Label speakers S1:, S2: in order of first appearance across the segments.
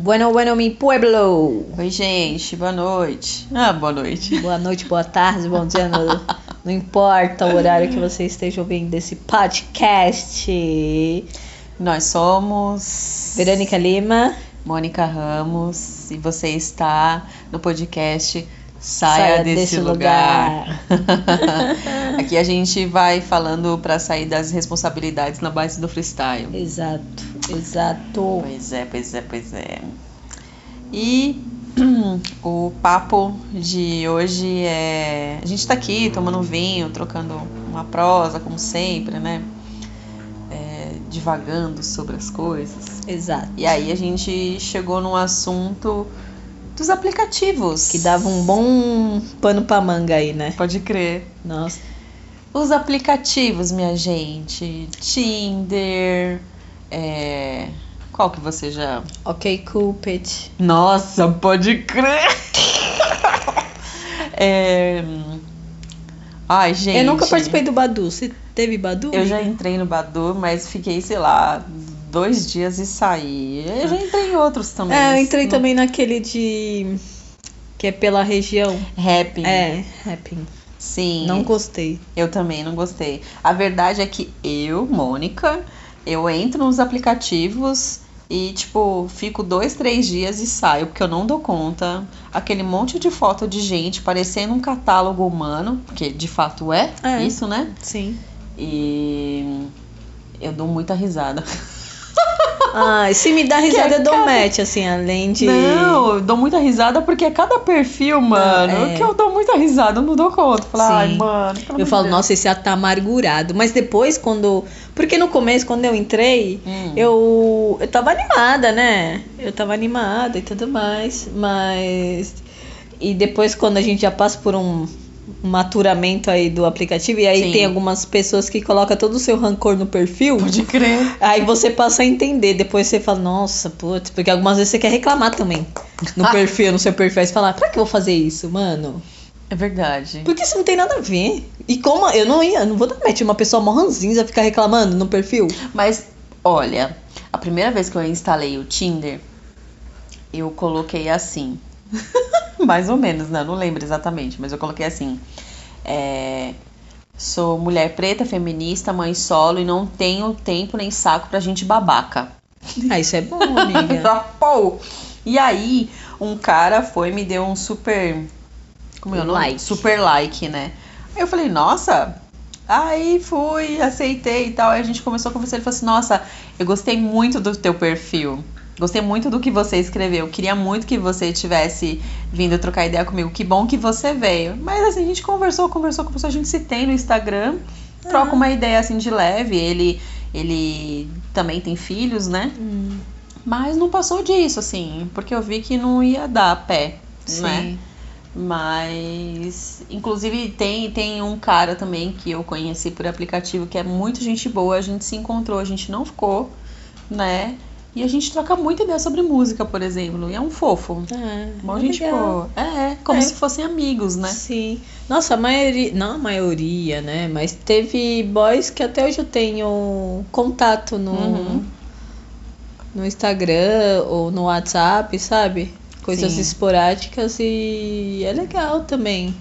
S1: Bueno, bueno, mi pueblo.
S2: Oi, gente, boa noite. Ah, boa noite.
S1: Boa noite, boa tarde, bom dia. Não, não importa o horário que você esteja ouvindo esse podcast.
S2: Nós somos
S1: Verônica Lima,
S2: Mônica Ramos e você está no podcast Saia, desse, lugar. Aqui a gente vai falando para sair das responsabilidades na base do freestyle.
S1: Exato, exato.
S2: Pois é, pois é, pois é. E o papo de hoje é. A gente tá aqui tomando um vinho, trocando uma prosa, como sempre, né? É, divagando sobre as coisas.
S1: Exato.
S2: E aí a gente chegou num assunto dos aplicativos.
S1: Que dava um bom pano pra manga aí, né?
S2: Pode crer.
S1: Nossa.
S2: Os aplicativos, minha gente. Tinder. É... Qual que você já.
S1: Ok, Cupid.
S2: Nossa, pode crer! É... Ai, gente.
S1: Eu nunca participei um do Badu. Você teve Badu?
S2: Eu já entrei no Badu, mas fiquei, sei lá, dois dias e saí. Eu já entrei em outros também.
S1: Ah. É, eu entrei
S2: No-
S1: também naquele de. que é pela região.
S2: Happn.
S1: É, Happn.
S2: Sim.
S1: Não gostei.
S2: Eu também não gostei. A verdade é que eu, Mônica, eu entro nos aplicativos e, tipo, fico dois, três dias e saio, porque eu não dou conta. Aquele monte de foto de gente parecendo um catálogo humano, porque de fato é,
S1: É.
S2: isso, né?
S1: Sim.
S2: E eu dou muita risada.
S1: Ah, e se me dá risada,
S2: Que é
S1: eu dou
S2: cada-
S1: match, assim, além de.
S2: Não, eu dou muita risada porque é cada perfil, mano,
S1: é.
S2: que eu dou muita risada, eu não dou conta. Falo, ai,
S1: Sim.
S2: mano, pelo amor
S1: Eu
S2: de
S1: falo,
S2: Deus."
S1: nossa, esse ato tá amargurado. Mas depois, quando. Porque no começo, quando eu entrei,
S2: Hum.
S1: eu. Eu tava animada, né? Eu tava animada e tudo mais. Mas. E depois, quando a gente já passa por um maturamento aí do aplicativo, e aí
S2: Sim.
S1: tem algumas pessoas que colocam todo o seu rancor no perfil.
S2: Pode crer.
S1: Aí você passa a entender, depois você fala, nossa, putz, porque algumas vezes você quer reclamar também no perfil, no seu perfil, aí você fala, pra que eu vou fazer isso, mano?
S2: É verdade.
S1: Porque isso não tem nada a ver. E como eu não ia, eu não vou dar match uma pessoa mó ranzinza ficar reclamando no perfil.
S2: Mas, olha, a primeira vez que eu instalei o Tinder, eu coloquei assim. Mais ou menos, né? Não lembro exatamente, mas eu coloquei assim. é, sou mulher preta, feminista, mãe solo e não tenho tempo nem saco pra gente babaca.
S1: Ah, isso é bom, amiga.
S2: Tá, pô. E aí, um cara foi e me deu um super. Como é o nome?
S1: Like.
S2: Super like, né? Aí eu falei, nossa. Aí fui, aceitei e tal. Aí a gente começou a conversar. Ele falou assim: Nossa, eu gostei muito do teu perfil. Gostei muito do que você escreveu. Queria muito que você tivesse vindo trocar ideia comigo. Que bom que você veio. Mas assim, a gente conversou, conversou, conversou. A gente se tem no Instagram. Troca
S1: Ah.
S2: uma ideia assim de leve. Ele, ele também tem filhos, né?
S1: Hum,
S2: Mas não passou disso, assim, porque eu vi que não ia dar pé, né?
S1: sim.
S2: Mas, inclusive, tem, tem um cara também que eu conheci por aplicativo que é muito gente boa. A gente se encontrou, a gente não ficou, né? E a gente troca muita ideia sobre música, por exemplo. E é um fofo.
S1: Ah,
S2: Bom, gente
S1: legal.
S2: boa. É, é, como
S1: É.
S2: se fossem amigos, né?
S1: Sim. Nossa, a maioria. Não a maioria, né? Mas teve boys que até hoje eu tenho contato no,
S2: Uhum.
S1: no Instagram ou no WhatsApp, sabe? Coisas
S2: Sim.
S1: esporádicas e é legal também.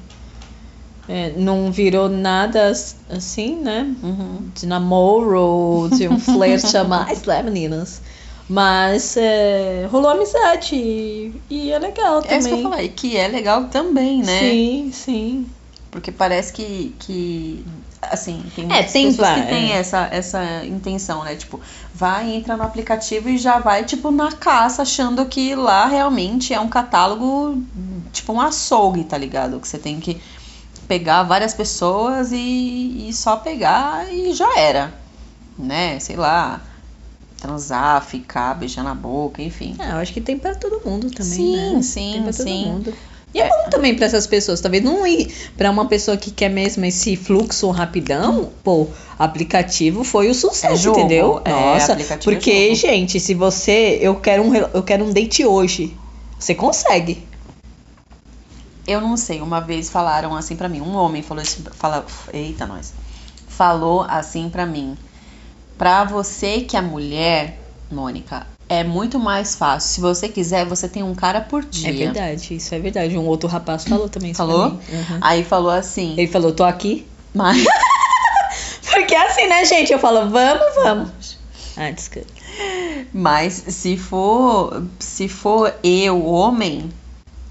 S1: É, não virou nada as- assim, né?
S2: Uhum.
S1: De namoro, de um flerte a mais, né, meninas? Mas é, rolou amizade e, e é legal também.
S2: É isso que eu falei, que é legal também, né?
S1: Sim, sim.
S2: Porque parece que, que assim, tem
S1: É,
S2: muitas
S1: tem
S2: pessoas
S1: va-
S2: que têm
S1: é.
S2: essa, essa intenção, né? Tipo, vai, entra no aplicativo e já vai, tipo, na caça, achando que lá realmente é um catálogo, tipo um açougue, tá ligado? Que você tem que pegar várias pessoas e, e só pegar e já era, né? Sei lá, transar, ficar, beijar na boca, enfim.
S1: Ah, eu acho que tem pra todo mundo também,
S2: sim,
S1: né? Tem
S2: sim,
S1: pra todo
S2: sim.
S1: mundo. E é bom também pra essas pessoas, talvez não ir pra uma pessoa que quer mesmo esse fluxo rapidão, pô, aplicativo foi o sucesso,
S2: É jogo,
S1: entendeu?
S2: é,
S1: Nossa,
S2: aplicativo é
S1: porque
S2: jogo.
S1: gente, se você eu quero um rel- eu quero um date hoje, você consegue.
S2: Eu não sei, uma vez falaram assim pra mim, um homem falou isso, fala, eita nós. Falou assim pra mim. Pra você que é mulher, Mônica, é muito mais fácil. Se você quiser, você tem um cara por dia.
S1: É verdade, isso é verdade. Um outro rapaz falou também isso pra
S2: Falou?
S1: mim. Uhum.
S2: Aí falou assim.
S1: Ele falou, tô aqui.
S2: Mas...
S1: Porque é assim, né, gente? Eu falo, vamos, vamos. Ah, desculpa.
S2: Mas se for, se for eu, homem,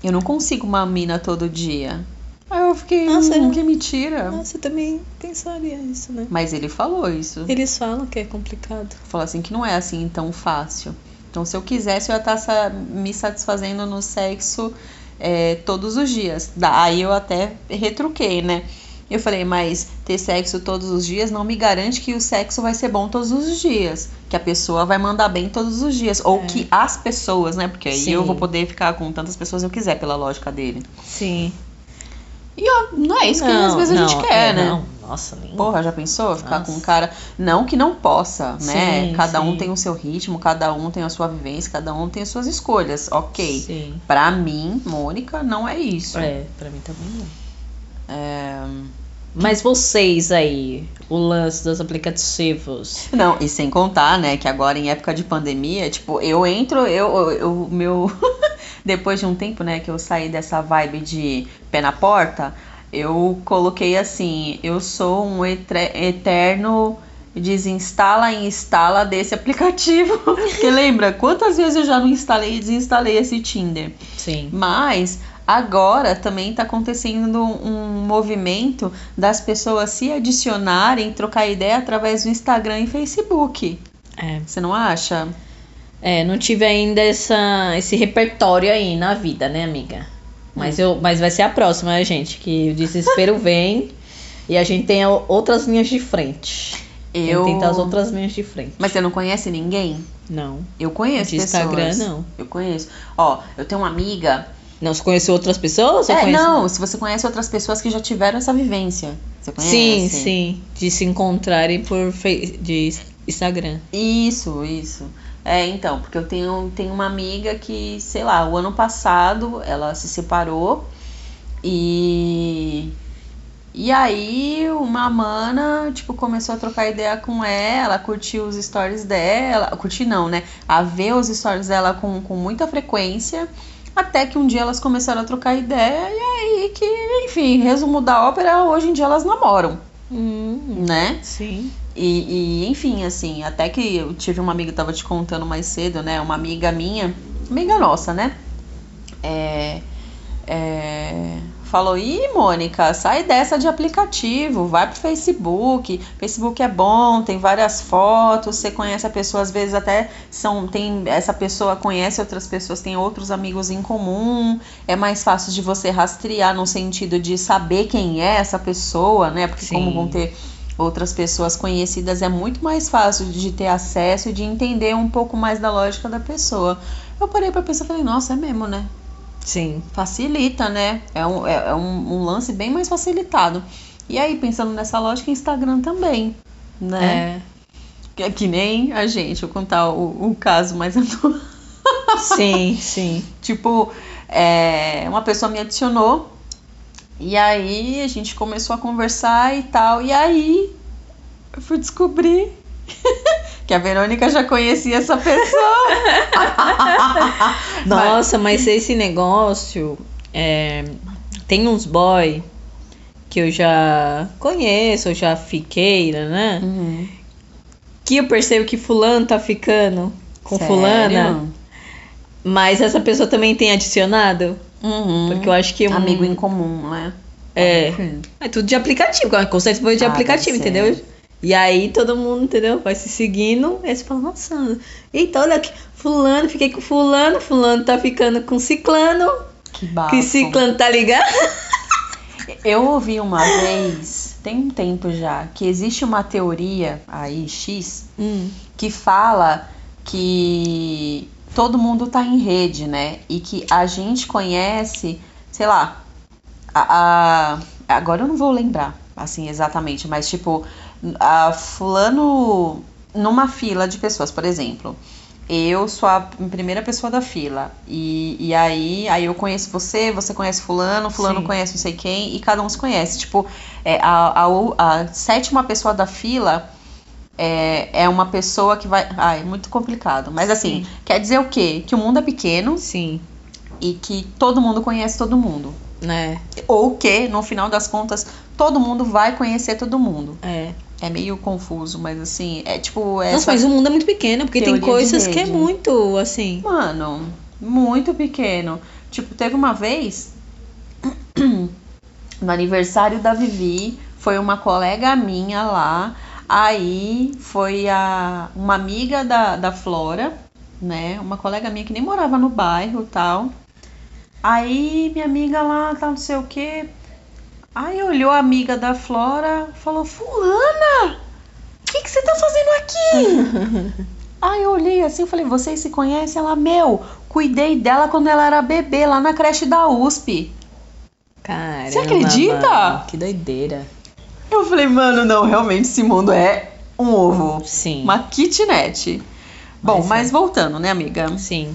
S2: eu não consigo uma mina todo dia. Aí eu fiquei,
S1: Nossa,
S2: hum,
S1: eu-
S2: que mentira.
S1: Nossa, eu também pensaria isso, né?
S2: Mas ele falou isso.
S1: Eles falam que é complicado.
S2: Falou assim que não é assim tão fácil. Então se eu quisesse, eu ia estar sa- me satisfazendo no sexo é, todos os dias. Daí eu até retruquei, né? Eu falei, mas ter sexo todos os dias não me garante que o sexo vai ser bom todos os dias. Que a pessoa vai mandar bem todos os dias. Ou
S1: É.
S2: que as pessoas, né? Porque aí
S1: Sim.
S2: eu vou poder ficar com tantas pessoas eu quiser, pela lógica dele.
S1: Sim.
S2: E ó, não é isso que às vezes a gente quer, né?
S1: Não, nossa, nem.
S2: Porra, já pensou? Ficar
S1: Nossa.
S2: com um cara. Não que não possa, né?
S1: Sim,
S2: cada um
S1: sim.
S2: tem o seu ritmo, cada um tem a sua vivência, cada um tem as suas escolhas. Ok.
S1: Sim.
S2: Pra mim, Mônica, não é isso.
S1: É, pra mim também não.
S2: É,
S1: Mas vocês aí, o lance dos aplicativos.
S2: Não, e sem contar, né, que agora em época de pandemia, tipo, eu entro, eu. eu- eu meu. Depois de um tempo, né, que eu saí dessa vibe de pé na porta, eu coloquei assim: eu sou um etre- eterno. Desinstala e instala desse aplicativo. Porque lembra quantas vezes eu já não instalei e desinstalei esse Tinder?
S1: Sim.
S2: Mas agora também está acontecendo um movimento das pessoas se adicionarem, trocar ideia através do Instagram e Facebook.
S1: É.
S2: Você não acha?
S1: É, não tive ainda essa, esse repertório aí na vida, né, amiga? Mas,
S2: Hum.
S1: eu, mas vai ser a próxima, né, gente? Que o desespero vem e a gente tem o- outras linhas de frente. Tem que
S2: Eu.
S1: tentar as outras linhas de frente.
S2: Mas você não conhece ninguém?
S1: Não.
S2: Eu conheço
S1: De Instagram,
S2: pessoas.
S1: não.
S2: Eu conheço. Ó, eu tenho uma amiga.
S1: Não, você conheceu outras pessoas? ou Só
S2: É,
S1: conhece...
S2: não, se você conhece outras pessoas que já tiveram essa vivência. Você conhece?
S1: É, Sim, sim. De se encontrarem por fe... de Instagram.
S2: Isso, isso. É, então, porque eu tenho, tenho uma amiga que, sei lá, o ano passado ela se separou e. E aí, uma mana, tipo, começou a trocar ideia com ela, curtiu os stories dela, curtir não, né? A ver os stories dela com, com muita frequência, até que um dia elas começaram a trocar ideia, e aí que, enfim, resumo da ópera, hoje em dia elas namoram,
S1: Hum,
S2: né?
S1: sim.
S2: E, e, enfim, assim, até que eu tive uma amiga, eu tava te contando mais cedo, né? Uma amiga minha, amiga nossa, né? É, é, falou: ih, Mônica, sai dessa de aplicativo, vai pro Facebook. Facebook é bom, tem várias fotos, você conhece a pessoa, às vezes até são, tem, essa pessoa conhece outras pessoas, tem outros amigos em comum, é mais fácil de você rastrear no sentido de saber quem é essa pessoa, né? Porque como
S1: Sim.
S2: vão ter outras pessoas conhecidas, é muito mais fácil de ter acesso e de entender um pouco mais da lógica da pessoa. Eu parei pra pensar e falei, nossa, é mesmo, né?
S1: Sim.
S2: facilita, né? É um, é, é um, um lance bem mais facilitado. E aí, pensando nessa lógica, Instagram também, né?
S1: É.
S2: Que, que nem a gente, eu contar o, o caso mais atual.
S1: Sim, sim.
S2: Tipo, é, uma pessoa me adicionou, e aí a gente começou a conversar e tal, e aí eu fui descobrir que a Verônica já conhecia essa pessoa.
S1: Nossa, mas esse negócio é, tem uns boy que eu já conheço, eu já fiquei, né? Que eu percebo que fulano tá ficando com
S2: Sério?
S1: fulana, mas essa pessoa também tem adicionado,
S2: Uhum.
S1: porque eu acho que um
S2: Amigo em comum, né?
S1: é,
S2: Enfim.
S1: é tudo de aplicativo, é um conceito foi de
S2: Ah,
S1: aplicativo,
S2: deve ser.
S1: entendeu? E aí todo mundo, entendeu? Vai se seguindo, aí você fala, nossa, eita, olha aqui, fulano, fiquei com fulano, fulano tá ficando com ciclano,
S2: Que bafo.
S1: Que ciclano tá ligado?
S2: Eu ouvi uma vez, tem um tempo já, que existe uma teoria aí, X,
S1: Hum,
S2: que fala que todo mundo tá em rede, né? E que a gente conhece, sei lá, a, a- agora eu não vou lembrar, assim, exatamente, mas tipo, a fulano numa fila de pessoas, por exemplo. Eu sou a primeira pessoa da fila. E, e aí, aí eu conheço você, você conhece fulano, fulano
S1: Sim.
S2: conhece não sei quem, e cada um se conhece. Tipo, é, a, a, o- a sétima pessoa da fila é, é uma pessoa que vai. Ai, é muito complicado. Mas assim,
S1: Sim.
S2: quer dizer o quê? Que o mundo é pequeno
S1: Sim,
S2: e que todo mundo conhece todo mundo.
S1: né?
S2: Ou que, no final das contas, todo mundo vai conhecer todo mundo.
S1: É.
S2: É meio confuso, mas assim, é tipo.
S1: Nossa,
S2: Essa...
S1: mas o mundo é muito pequeno, porque tem
S2: teoria de
S1: coisas que é
S2: rede.
S1: muito, assim.
S2: Mano, muito pequeno. Tipo, teve uma vez no aniversário da Vivi, foi uma colega minha lá. Aí foi a, uma amiga da, da Flora, né? Uma colega minha que nem morava no bairro e tal. Aí minha amiga lá, tá não sei o quê. Aí olhou a amiga da Flora, falou: Fulana, o que, que você tá fazendo aqui? Aí eu olhei assim e falei, vocês se conhecem? Ela, meu, cuidei dela quando ela era bebê, lá na creche da USP.
S1: Cara.
S2: Você acredita?
S1: que doideira.
S2: Eu falei, mano, não, realmente esse mundo é um ovo.
S1: Sim.
S2: Uma kitnet. Bom, mas,
S1: Mas
S2: voltando, né, amiga?
S1: Sim.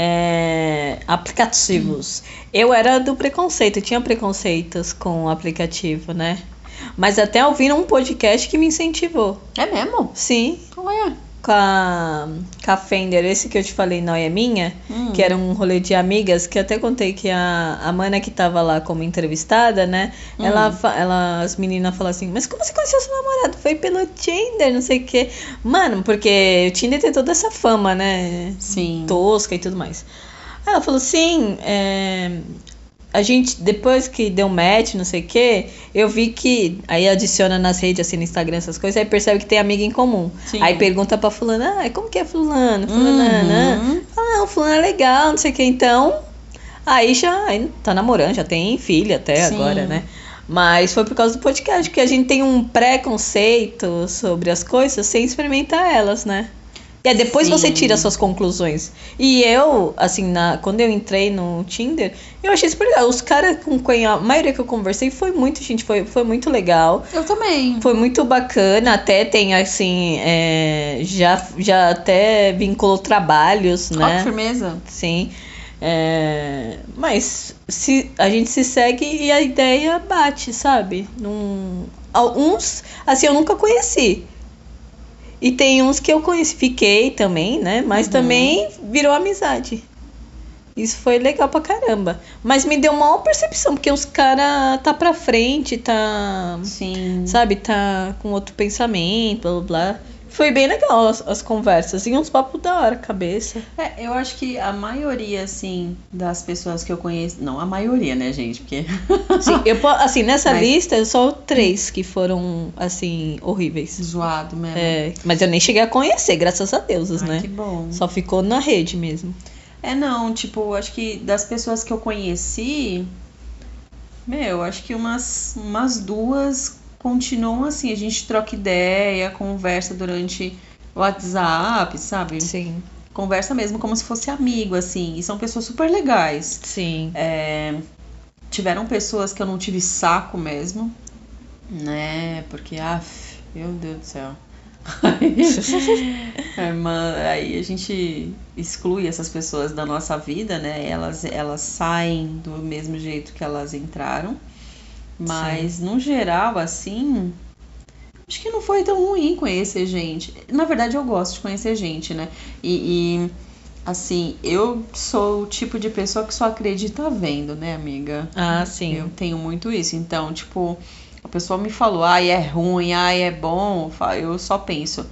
S1: É, aplicativos. Eu era do preconceito, eu tinha preconceitos com aplicativo, né? Mas até ouvindo um podcast que me incentivou.
S2: É mesmo?
S1: Sim,
S2: Ué.
S1: com a, com a Fender, esse que eu te falei, não é minha,
S2: Hum.
S1: que era um rolê de amigas, que eu até contei que a, a mana que tava lá como entrevistada, né? Ela, fa- ela, as meninas falam assim, mas como você conheceu seu namorado? Foi pelo Tinder, não sei o quê. Mano, porque o Tinder tem toda essa fama, né?
S2: Sim.
S1: tosca e tudo mais. Aí ela falou, sim, é, a gente, depois que deu match, não sei o quê, eu vi que, aí adiciona nas redes, assim, no Instagram, essas coisas, aí percebe que tem amiga em comum.
S2: Sim.
S1: Aí pergunta pra fulana, ah, como que é fulano, fulana, né?
S2: Uhum.
S1: Fala, ah, o fulano é legal, não sei o que, então, aí já, aí tá namorando, já tem filha até
S2: Sim.
S1: agora, né? Mas foi por causa do podcast, porque a gente tem um preconceito sobre as coisas sem experimentar elas, né? E aí depois
S2: Sim.
S1: você tira suas conclusões. E eu, assim, na, quando eu entrei no Tinder, eu achei super legal. Os caras com quem a maioria que eu conversei foi muito, gente, foi, foi muito legal.
S2: Eu também.
S1: Foi muito bacana, até tem assim, é, já, já até vinculou trabalhos,
S2: Ó, que
S1: né?
S2: firmeza.
S1: Sim. É, mas se a gente se segue e a ideia bate, sabe? Num, alguns, assim, eu nunca conheci. E tem uns que eu conheci, fiquei também, né? Mas
S2: Uhum.
S1: também virou amizade. Isso foi legal pra caramba. Mas me deu maior percepção, porque os caras tá pra frente, tá
S2: Sim.
S1: sabe, tá com outro pensamento, blá blá blá. Foi bem legal as, as conversas, e uns papos da hora, cabeça.
S2: É, eu acho que a maioria, assim, das pessoas que eu conheço. Não, a maioria, né, gente? Porque.
S1: Sim, eu, po- assim, nessa
S2: Mas-
S1: lista, só três que foram, assim,
S2: Uhum.
S1: horríveis.
S2: Zoado mesmo.
S1: É, mas eu nem cheguei a conhecer, graças a deuses,
S2: Ai,
S1: né?
S2: que bom.
S1: Só ficou na rede mesmo.
S2: É, não, tipo, acho que das pessoas que eu conheci, meu, acho que umas, umas duas continuam assim, a gente troca ideia, conversa durante WhatsApp, sabe?
S1: Sim,
S2: Conversa mesmo como se fosse amigo, assim, e são pessoas super legais.
S1: sim. É,
S2: Tiveram pessoas que eu não tive saco mesmo, né? Porque, af, meu Deus do céu. É, ma- aí a gente exclui essas pessoas da nossa vida, né? Elas, elas saem do mesmo jeito que elas entraram. Mas, no geral, assim, acho que não foi tão ruim conhecer gente. Na verdade, eu gosto de conhecer gente, né? E, e, assim, eu sou o tipo de pessoa que só acredita vendo, né, amiga?
S1: ah, sim.
S2: Eu tenho muito isso. Então, tipo, a pessoa me falou, ai, é ruim, ai, é bom. eu fa- Eu só penso,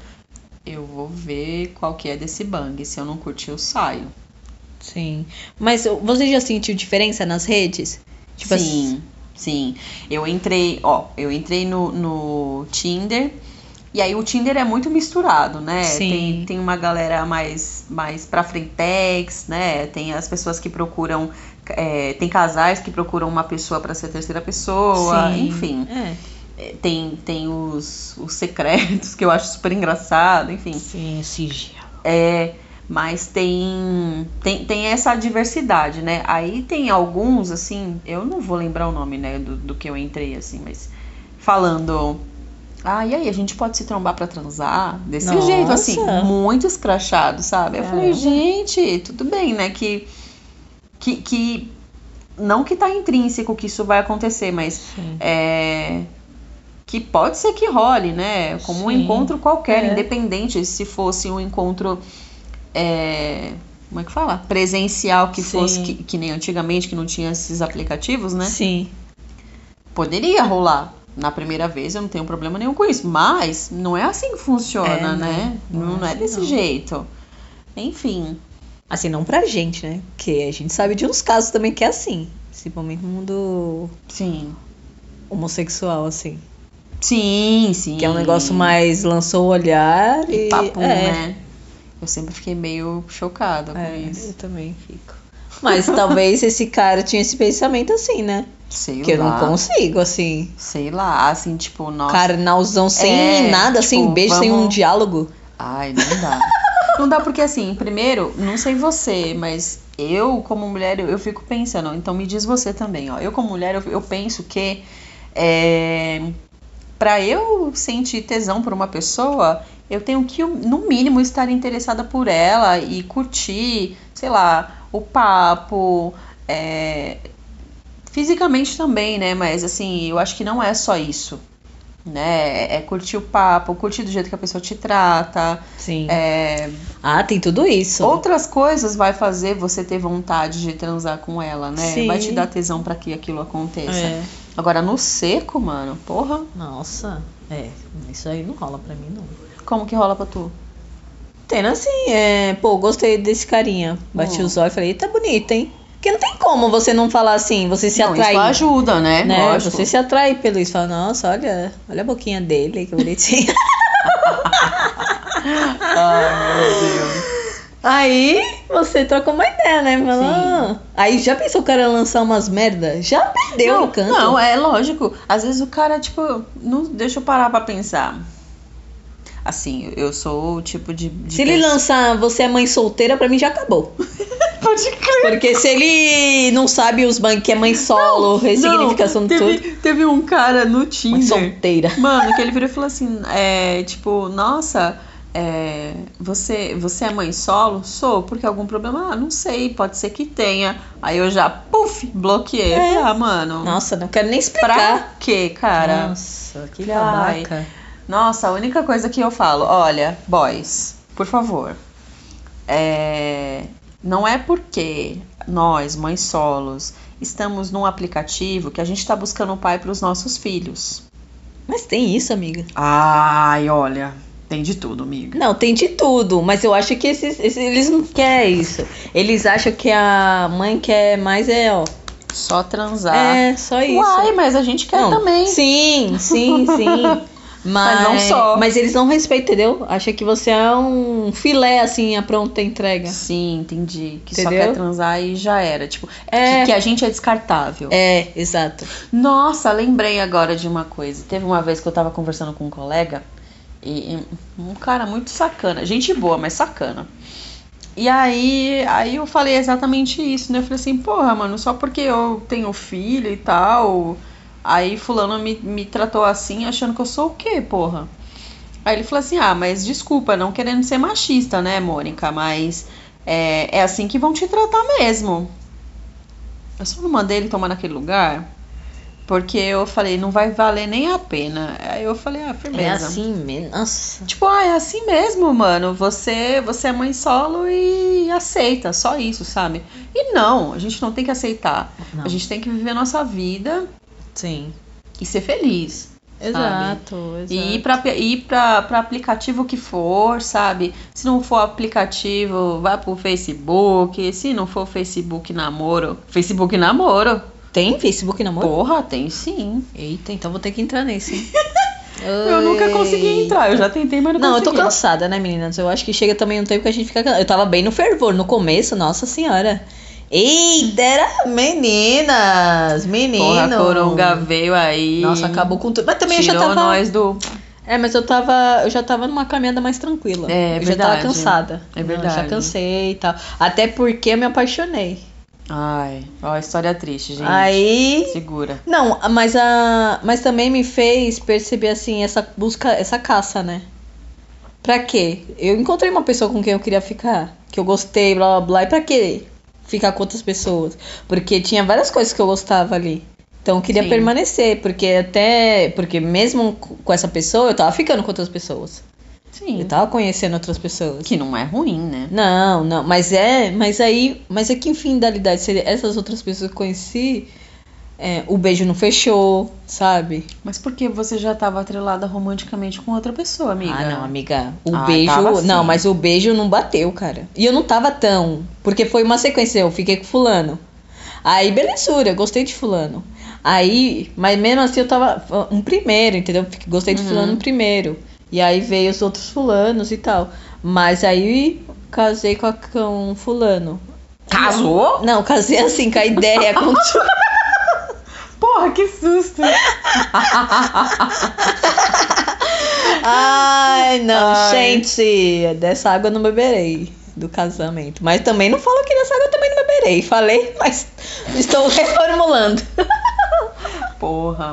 S2: eu vou ver qual que é desse bang. Se eu não curtir, eu saio.
S1: Sim. Mas o- você já sentiu diferença nas redes? Tipo
S2: sim, assim, sim. Eu entrei, ó, eu entrei no, no Tinder. E aí o Tinder é muito misturado, né?
S1: Sim.
S2: Tem, tem uma galera mais, mais pra frentex, né? Tem as pessoas que procuram. é, tem casais que procuram uma pessoa pra ser a terceira pessoa,
S1: Sim.
S2: enfim.
S1: É.
S2: É, tem, tem os, os secretos que eu acho super engraçado, enfim.
S1: Sim, sigilo.
S2: É, mas tem, tem tem essa diversidade, né? Aí tem alguns, assim, eu não vou lembrar o nome, né, do, do que eu entrei, assim, mas falando. Ah, e aí, a gente pode se trombar pra transar? Desse
S1: Nossa.
S2: jeito, assim, muito escrachado, sabe? Eu falei,
S1: É.
S2: gente, tudo bem, né? Que, que, que. Não que tá intrínseco que isso vai acontecer, mas
S1: Sim.
S2: é, que pode ser que role, né? Como um
S1: Sim.
S2: encontro qualquer,
S1: É.
S2: independente se fosse um encontro. é, como é que fala? Presencial que
S1: Sim.
S2: fosse, que, que nem antigamente, que não tinha esses aplicativos, né?
S1: Sim.
S2: Poderia rolar. Na primeira vez eu não tenho problema nenhum com isso, mas não é assim que funciona,
S1: É, não.
S2: né? Não,
S1: Não é
S2: é
S1: assim,
S2: desse
S1: não.
S2: jeito. Enfim,
S1: Assim, não pra gente, né? Porque a gente sabe de uns casos também que é assim. Principalmente no mundo
S2: sim.
S1: homossexual, assim.
S2: Sim, sim.
S1: Que é um negócio mais lançou o olhar e.
S2: E papum,
S1: é,
S2: né? Eu sempre fiquei meio chocada com
S1: é, eu
S2: isso.
S1: também fico. Mas talvez esse cara tinha esse pensamento assim, né?
S2: Sei
S1: que eu
S2: lá.
S1: não consigo, assim.
S2: Sei lá, assim, tipo, nossa.
S1: Carnalzão sem
S2: É,
S1: nada, sem
S2: tipo,
S1: beijo, sem um
S2: vamos-
S1: diálogo.
S2: Ai, não dá. não dá porque, assim, primeiro, não sei você, mas eu, como mulher, eu, eu fico pensando. Então, me diz você também, ó. Eu, como mulher, eu, eu penso que. É, pra eu sentir tesão por uma pessoa, eu tenho que, no mínimo, estar interessada por ela e curtir, sei lá, o papo. é, fisicamente também, né? Mas, assim, eu acho que não é só isso. Né? É curtir o papo, curtir do jeito que a pessoa te trata,
S1: Sim.
S2: é,
S1: Ah, tem tudo isso.
S2: outras coisas vai fazer você ter vontade de transar com ela, né?
S1: Sim.
S2: Vai te dar tesão pra que aquilo aconteça.
S1: É.
S2: Agora, no seco, mano, porra,
S1: Nossa, é, isso aí não rola pra mim, não.
S2: como que rola pra tu?
S1: Tendo assim, é, pô, gostei desse carinha. Bati
S2: Hum.
S1: os olhos e falei, tá bonito, hein? Porque não tem como você não falar assim, você se
S2: não,
S1: atrai.
S2: isso ajuda, né?
S1: né?
S2: Lógico.
S1: Você se atrai pelo isso. Fala, nossa, olha, olha a boquinha dele, que bonitinho.
S2: Ai, Ah, meu Deus.
S1: aí você troca uma ideia, né? Fala, ah. Aí já pensou o cara lançar umas merda? Já perdeu
S2: não,
S1: o canto.
S2: não, é lógico. Às vezes o cara, tipo, não deixa eu parar pra pensar. Assim, eu sou o tipo de. de
S1: se ele
S2: pessoa-
S1: lançar você é mãe solteira, pra mim já acabou.
S2: Pode crer.
S1: Porque se ele não sabe os bancos que é mãe solo, ressignificação
S2: Não,
S1: de
S2: teve,
S1: tudo.
S2: Teve um cara no
S1: Mãe
S2: Tinder.
S1: solteira.
S2: Mano, que ele virou e falou assim: é, tipo, nossa, é, você, você é mãe solo? Sou, porque algum problema? Ah, não sei, pode ser que tenha. Aí eu já, puf, bloqueei.
S1: É.
S2: Ah, mano,
S1: Nossa, não quero nem
S2: pra
S1: explicar.
S2: quê, cara?
S1: Nossa, que
S2: Ai.
S1: babaca.
S2: Nossa, a única coisa que eu falo, olha, boys, por favor, é, não é porque nós, mães solos, estamos num aplicativo que a gente está buscando um pai para os nossos filhos.
S1: Mas tem isso, amiga.
S2: Ai, olha, tem de tudo, amiga.
S1: Não, tem de tudo, mas eu acho que esses, esses- eles não querem isso. Eles acham que a mãe quer mais é, ó.
S2: Só transar.
S1: É, só isso.
S2: Uai, mas a gente quer
S1: Não,
S2: também.
S1: Sim, sim, sim. Mas,
S2: Mas não só.
S1: Mas eles não respeitam, entendeu? Acham que você é um filé, assim, a pronta entrega.
S2: Sim, entendi. Que só
S1: Entendeu?
S2: quer transar e já era. Tipo,
S1: É.
S2: que, que a gente é descartável.
S1: É, exato.
S2: Nossa, lembrei agora de uma coisa. Teve uma vez que eu tava conversando com um colega e e um cara muito sacana, gente boa, mas sacana. E aí, aí eu falei exatamente isso, né? Eu falei assim, porra, mano, só porque eu tenho filho e tal, aí fulano me, me tratou assim, achando que eu sou o quê, porra? Aí ele falou assim, ah, mas desculpa, não querendo ser machista, né, Mônica, mas é, é assim que vão te tratar mesmo. Eu só não mandei ele tomar naquele lugar, porque eu falei, não vai valer nem a pena. Aí eu falei, ah, firmeza.
S1: É assim mesmo. Nossa.
S2: Tipo, ah, é assim mesmo, mano. Você, você é mãe solo e aceita, só isso, sabe? E não, a gente não tem que aceitar.
S1: Não,
S2: A gente tem que viver a nossa vida
S1: Sim.
S2: e ser feliz.
S1: Exato, exato.
S2: E ir, pra, ir pra, pra aplicativo que for, sabe? Se não for aplicativo, vai pro Facebook. Se não for Facebook namoro. Facebook namoro?
S1: Tem Facebook namoro?
S2: Porra, tem sim.
S1: Eita, então vou ter que entrar nesse. hein?
S2: Eu nunca
S1: Ai.
S2: consegui entrar, eu já tentei, mas não,
S1: Não, eu
S2: consegui.
S1: tô cansada, né, meninas? Eu acho que chega também um tempo que a gente fica cansada. Eu tava bem no fervor no começo, nossa senhora. Eita, era meninas, menino.
S2: Porra, a coronga veio aí.
S1: Nossa, acabou com tudo. Mas também eu
S2: Tirou
S1: já tava.
S2: nós do.
S1: É, mas eu tava. Eu já tava numa caminhada mais tranquila.
S2: É,
S1: eu já tava
S2: verdade.
S1: cansada.
S2: É
S1: Não, eu Já
S2: verdade.
S1: cansei e tal. Até porque eu me apaixonei.
S2: Ai, ó, a história triste, gente.
S1: Aí.
S2: Segura.
S1: Não, mas a. Mas também me fez perceber assim, essa busca, essa caça, né? Pra quê? Eu encontrei uma pessoa com quem eu queria ficar. Que eu gostei, blá blá blá. E pra quê? Ficar com outras pessoas. Porque tinha várias coisas que eu gostava ali. Então eu queria
S2: Sim.
S1: permanecer, porque até. Porque mesmo com essa pessoa, eu tava ficando com outras pessoas. Eu
S2: Sim.
S1: tava conhecendo outras pessoas.
S2: Que não é ruim, né?
S1: Não, não, mas é, mas aí, mas é que infidelidade seria essas outras pessoas que eu conheci, é, o beijo não fechou, sabe?
S2: Mas porque você já tava atrelada romanticamente com outra pessoa, amiga?
S1: Ah, não, amiga. O
S2: Ah,
S1: beijo.
S2: tava assim.
S1: Não, mas o beijo não bateu, cara. E eu não tava tão. Porque foi uma sequência. Eu fiquei com Fulano. Aí, belezura, gostei de Fulano. Aí, mas mesmo assim eu tava. Um primeiro, entendeu? Fiquei- Gostei de Fulano um primeiro. E aí veio os outros Fulanos e tal. Mas aí casei com, a, com um Fulano.
S2: Casou?
S1: Não, casei assim, com a ideia. com tipo. tu-
S2: Porra, que susto!
S1: Ai, não,
S2: Ai.
S1: gente, dessa água eu não beberei do casamento. Mas também não falo que dessa água eu também não beberei. Falei, mas estou reformulando.
S2: Porra,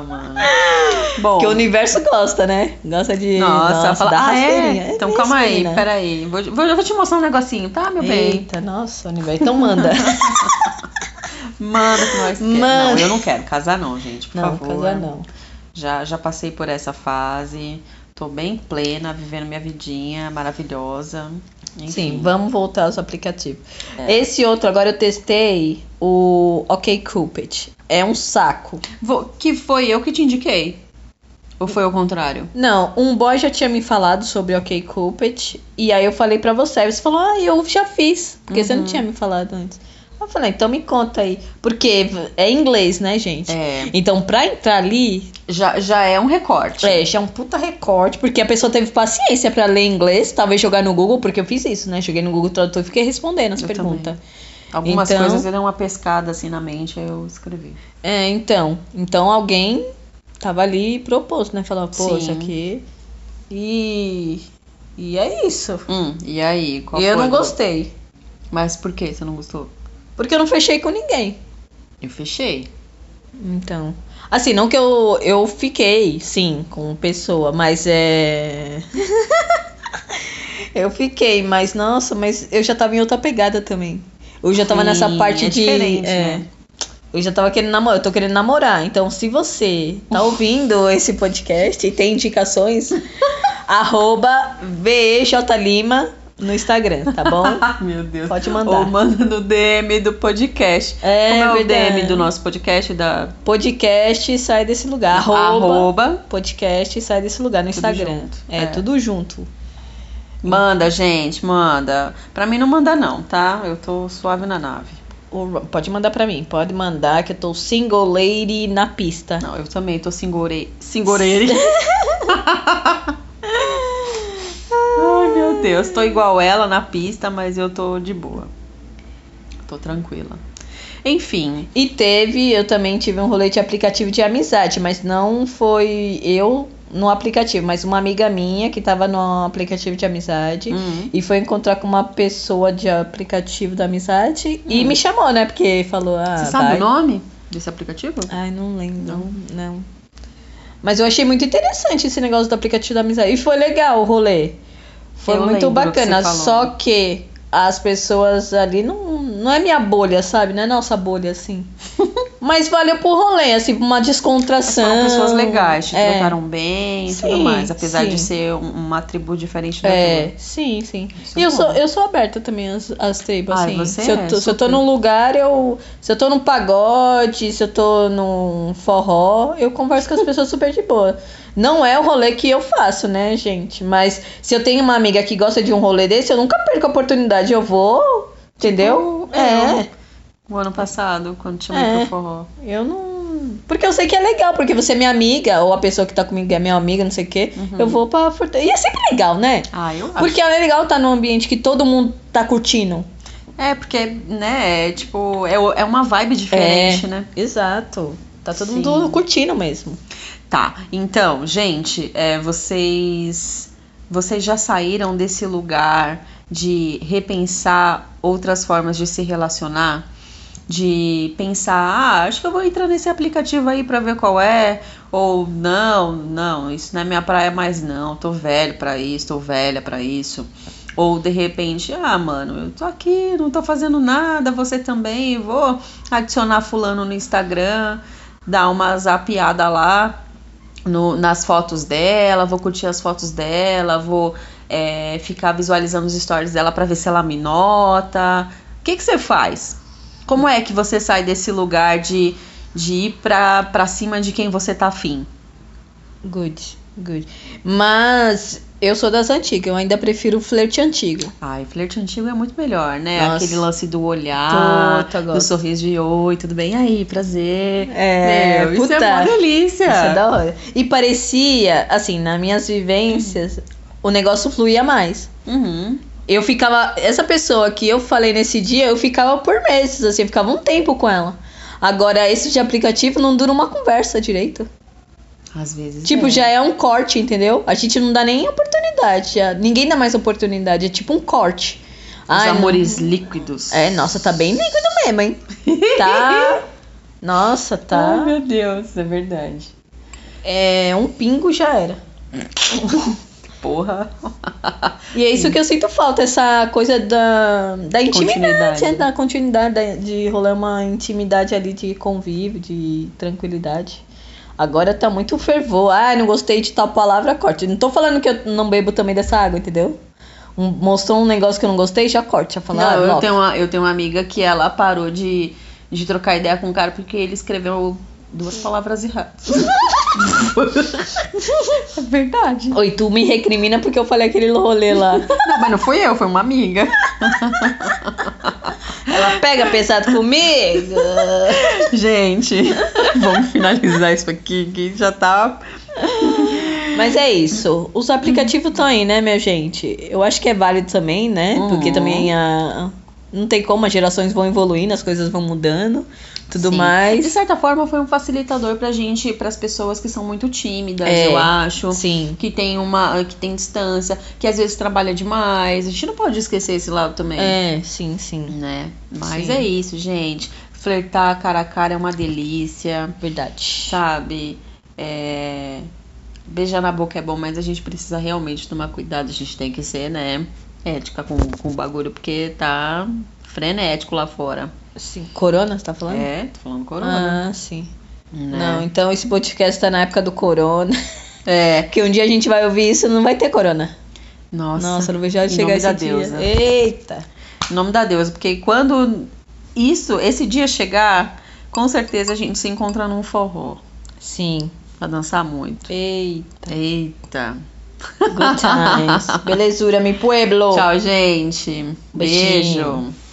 S2: mano. Bom.
S1: Porque o universo gosta, né? Gosta de.
S2: Nossa, fala,
S1: da
S2: ah,
S1: rasteirinha.
S2: é? Então calma aí,
S1: menina.
S2: peraí. Vou, vou, eu vou te mostrar um negocinho, tá, meu bem?
S1: Eita, nossa, o universo. Então manda.
S2: Manda que nós quer.
S1: Manda.
S2: Não, eu não quero casar não, gente, por
S1: não,
S2: favor.
S1: casar não.
S2: Já, já passei por essa fase, tô bem plena, vivendo minha vidinha maravilhosa. Enfim.
S1: Sim, vamos voltar aos aplicativos. Esse outro, agora eu testei o OkCupid. É um saco.
S2: Vou- que foi eu que te indiquei? Ou foi ao contrário?
S1: Não, um boy já tinha me falado sobre OK Cupid. E aí eu falei pra você. Aí você falou, ah, eu já fiz. Porque você
S2: Uhum.
S1: não tinha me falado antes. Eu falei, então me conta aí. Porque é inglês, né, gente?
S2: É.
S1: Então, pra entrar ali,
S2: Já, já é um recorte.
S1: é, já é um puta recorte, porque a pessoa teve paciência pra ler inglês, talvez jogar no Google, porque eu fiz isso, né? Joguei no Google Tradutor e fiquei respondendo as
S2: Eu
S1: perguntas.
S2: Algumas
S1: Então-
S2: coisas eu dei uma pescada assim na mente, aí eu escrevi.
S1: É, então. Então alguém tava ali e propôs, né? Falou, pô,
S2: Sim.
S1: isso aqui. E. E é isso.
S2: Hum, e aí? Qual
S1: e eu
S2: foi,
S1: não
S2: Lu?
S1: gostei.
S2: Mas por que você não gostou?
S1: Porque eu não fechei com ninguém.
S2: Eu fechei.
S1: Então. Assim, não que eu, eu fiquei, sim, com pessoa, mas é. eu fiquei, mas nossa, mas eu já tava em outra pegada também. Eu já tava
S2: Sim,
S1: nessa parte
S2: é
S1: de.
S2: diferente,
S1: é,
S2: né?
S1: Eu já tava querendo namorar, eu tô querendo namorar. Então, se você tá ouvindo esse podcast e tem indicações, arroba VEJLima no Instagram, tá bom?
S2: Meu Deus.
S1: Pode mandar.
S2: Ou manda no DM do podcast.
S1: É,
S2: Como é o
S1: verdade.
S2: DM do nosso podcast? Da
S1: Podcast sai desse lugar. arroba.
S2: arroba.
S1: podcast e sai desse lugar no Instagram.
S2: junto.
S1: É,
S2: É.
S1: tudo junto.
S2: Manda, gente, manda. Pra mim não manda não, tá? Eu tô suave na nave.
S1: O- Pode mandar pra mim, pode mandar que eu tô single lady na pista.
S2: Não, eu também tô singorei. Singoreire. Ai, meu Deus. Tô igual ela na pista, mas eu tô de boa. Tô tranquila. Enfim.
S1: E teve, eu também tive um rolê de aplicativo de amizade, mas não foi eu no aplicativo, mas uma amiga minha que tava no aplicativo de amizade.
S2: Hum.
S1: E foi encontrar com uma pessoa de aplicativo da amizade e me chamou, né? Porque falou, ah,
S2: Hum. Você sabe
S1: vai.
S2: o nome desse aplicativo?
S1: Ai, não lembro. Não. Mas eu achei muito interessante esse negócio do aplicativo da amizade. E foi legal o rolê. Foi
S2: Eu
S1: muito
S2: lembro que
S1: bacana.
S2: você falou.
S1: só que as pessoas ali não, não é minha bolha, sabe? Não é nossa bolha, assim. Mas valeu pro rolê, assim, pra uma descontração.
S2: São pessoas legais, te
S1: É.
S2: trataram bem e tudo
S1: Sim,
S2: mais. Apesar de
S1: sim.
S2: ser um- uma tribo diferente da
S1: É,
S2: tua.
S1: sim, sim.
S2: Né, Isso
S1: E
S2: é
S1: eu
S2: bom.
S1: sou, eu sou aberta também às, às tribos,
S2: Ai,
S1: assim.
S2: você
S1: se, eu
S2: é,
S1: tô, se eu tô
S2: super.
S1: num lugar, eu. Se eu tô num pagode, se eu tô num forró, eu converso com as pessoas super de boa. Não é o rolê que eu faço, né, gente? Mas se eu tenho uma amiga que gosta de um rolê desse, eu nunca perco a oportunidade. Eu vou, entendeu?
S2: Tipo,
S1: é.
S2: O ano passado, quando te
S1: É.
S2: chamei pro forró.
S1: Eu não. Porque eu sei que é legal, porque você é minha amiga, ou a pessoa que tá comigo é minha amiga, não sei o quê.
S2: Uhum.
S1: Eu vou pra Fortaleza. E é sempre legal, né?
S2: Ah, eu acho.
S1: Porque é legal estar num ambiente que todo mundo tá curtindo.
S2: É, porque, né, é tipo, é, o- é uma vibe
S1: É.
S2: diferente, né?
S1: Exato. Tá todo
S2: Sim.
S1: mundo curtindo mesmo.
S2: Tá, então, gente, é, vocês, vocês já saíram desse lugar de repensar outras formas de se relacionar? De pensar, ah, acho que eu vou entrar nesse aplicativo aí pra ver qual é, ou não, não, isso não é minha praia mais não, tô velho pra isso, tô velha pra isso. Ou de repente, ah, mano, eu tô aqui, não tô fazendo nada, você também, vou adicionar fulano no Instagram. dar uma zapiada lá no- nas fotos dela, vou curtir as fotos dela, vou é, ficar visualizando os stories dela pra ver se ela me nota. O que que você faz? Como é que você sai desse lugar de, de ir pra, pra cima de quem você tá afim?
S1: Good, good. Mas eu sou das antigas, eu ainda prefiro o flerte antigo.
S2: Ai, flerte antigo é muito melhor, né?
S1: Nossa.
S2: Aquele lance do olhar,
S1: Puta,
S2: do
S1: gosto.
S2: sorriso de oi, tudo bem? E aí, prazer.
S1: É,
S2: Meu,
S1: puta.
S2: isso é uma delícia.
S1: Isso é da hora. E parecia, assim, nas minhas vivências, o negócio fluía mais.
S2: Uhum.
S1: Eu ficava. Essa pessoa que eu falei nesse dia, eu ficava por meses, assim, eu ficava um tempo com ela. Agora, esse de aplicativo não dura uma conversa direito.
S2: Às vezes.
S1: Tipo,
S2: é.
S1: já é um corte, entendeu? A gente não dá nem oportunidade. já- Ninguém dá mais oportunidade. É tipo um corte.
S2: Os
S1: Ai, não-
S2: amores líquidos.
S1: É, nossa, tá bem líquido mesmo, hein? Tá. Nossa,
S2: Ai,
S1: tá.
S2: meu Deus, é verdade.
S1: É, um pingo já era.
S2: Porra.
S1: E é isso que eu sinto falta, essa coisa da, da intimidade,
S2: Continuidade.
S1: né? da continuidade, da- de rolar uma intimidade ali de convívio, de tranquilidade. Agora tá muito fervor. Ai, não gostei de tal palavra, corte. Não tô falando que eu não bebo também dessa água, entendeu? Um- mostrou um negócio que eu não gostei, já corte, já fala. ah,
S2: Não, eu
S1: nossa.
S2: tenho, uma, eu tenho uma amiga que ela parou de, de trocar ideia com o cara porque ele escreveu duas palavras erradas. é verdade.
S1: Oi, tu me recrimina porque eu falei aquele rolê lá.
S2: Não, mas não fui eu, foi uma amiga.
S1: Ela pega pesado comigo.
S2: Gente, vamos finalizar isso aqui que já tá.
S1: Mas é isso. Os aplicativos estão aí, né, minha gente? Eu acho que é válido também, né?
S2: Uhum.
S1: Porque também a. Não tem como, as gerações vão evoluindo, as coisas vão mudando, tudo
S2: Sim. De
S1: mais.
S2: certa forma, foi um facilitador pra gente, pras pessoas que são muito tímidas,
S1: É.
S2: eu acho.
S1: Sim.
S2: Que tem uma. que tem distância, que às vezes trabalha demais. A gente não pode esquecer esse lado também.
S1: É, sim, sim.
S2: né? Mas
S1: Sim.
S2: é isso, gente. Flertar cara a cara é uma delícia,
S1: Verdade.
S2: sabe? É, Beijar na boca é bom, mas a gente precisa realmente tomar cuidado. A gente tem que ser, né? Ética com, com o bagulho, porque tá frenético lá fora.
S1: Sim. Corona, você tá falando?
S2: É, tô falando corona.
S1: Ah, sim.
S2: né?
S1: Não, então esse podcast tá na época do corona.
S2: É.
S1: Porque um dia a gente vai ouvir isso não vai ter corona.
S2: Nossa.
S1: Nossa, não vejo a hora de
S2: Em
S1: chegar
S2: nome da
S1: esse dia.
S2: deusa.
S1: Eita.
S2: Em nome da deusa, porque quando isso, esse dia chegar, com certeza a gente se encontra num forró.
S1: Sim.
S2: Pra dançar muito.
S1: Eita.
S2: Eita.
S1: Good times. Belezura, mi pueblo.
S2: Tchau, gente.
S1: Beijinho.
S2: Beijo.